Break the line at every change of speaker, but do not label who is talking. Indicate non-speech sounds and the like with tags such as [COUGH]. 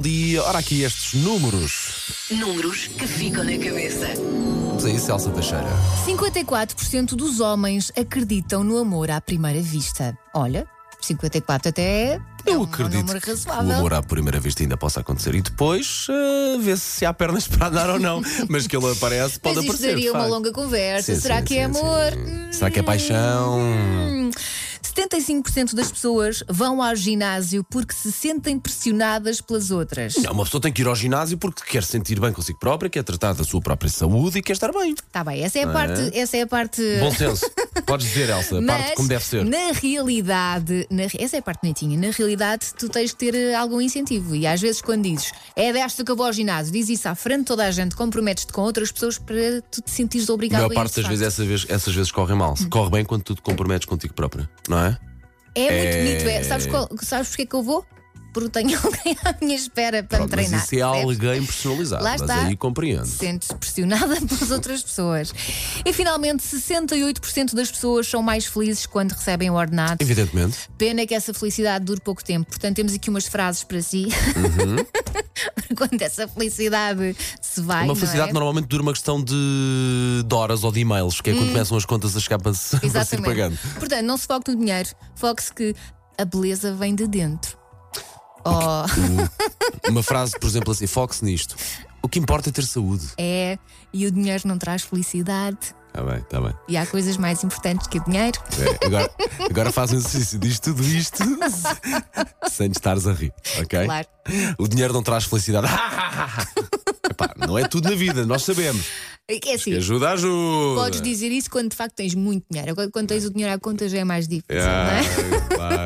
dia. Ora, aqui estes números.
Números que ficam na cabeça.
Vamos a isso, Elsa Teixeira.
54% dos homens acreditam no amor à primeira vista. Olha, 54 até é
Eu
um
acredito
número
que
razoável.
o amor à primeira vista ainda possa acontecer e depois eh, vê-se se há pernas [LAUGHS] para andar ou não. Mas que ele aparece, pode
Mas isto
aparecer. de
seria uma
facto.
longa conversa.
Sim,
Será
sim,
que
sim,
é
sim.
amor? Hum.
Será que é paixão?
75% das pessoas vão ao ginásio porque se sentem pressionadas pelas outras.
Não, uma pessoa tem que ir ao ginásio porque quer se sentir bem consigo própria, quer tratar da sua própria saúde e quer estar bem.
Tá bem, essa é a parte, essa é a parte
Bom senso. Podes dizer, Elsa, parte como deve ser.
na realidade, na- essa é a parte bonitinha. Na realidade, tu tens de ter eh, algum incentivo. E às vezes, quando dizes é desta que eu vou ao ginásio, diz isso à frente de toda a gente, comprometes-te com outras pessoas para tu te sentires
A
obrigado
maior
a
parte
isso, Hum.
das
de
vezes
facto.
essas, vezes essas vezes correm mal. Corre bem quando tu te comprometes contigo própria, não é?
É muito
É.
bonito. É. Sabes, qual, sabes porquê que eu vou? Porque tenho [LAUGHS] alguém à minha espera para me
Pronto,
treinar.
mas isso é
percebes?
alguém personalizado.
Lá
mas
está.
aí compreendo.
Sentes pressionada [LAUGHS] pelas outras pessoas. E finalmente, 68% das pessoas são mais felizes quando recebem o ordenado.
Evidentemente.
Pena é que essa felicidade dure pouco tempo. Portanto, temos aqui umas frases para si.
Uhum.
[LAUGHS] Quando essa felicidade se vai.
Uma
não
felicidade
é?
normalmente dura uma questão de, de horas ou de e-mails, que é quando começam as contas a chegar para se, [LAUGHS] para se ir assim pagando.
Hum. Exatamente. Portanto, não se foque no dinheiro. Foque-se que a beleza vem de dentro. Oh,
Uma frase, por exemplo, assim: foque-se nisto. O que importa é ter saúde.
é. E o dinheiro não traz felicidade.
Está bem, está bem.
E há coisas mais importantes que o dinheiro.
É, agora, agora faz um exercício, diz tudo
[LAUGHS]
isto se- sem te estares a rir, ok?
Claro.
O dinheiro não traz felicidade. [LAUGHS] Epá, não é tudo na vida, nós sabemos.
É assim.
Ajuda, ajuda.
Podes dizer isso quando de facto tens muito dinheiro. Agora, quando tens o dinheiro à conta já é mais difícil, não é?
Ah, claro.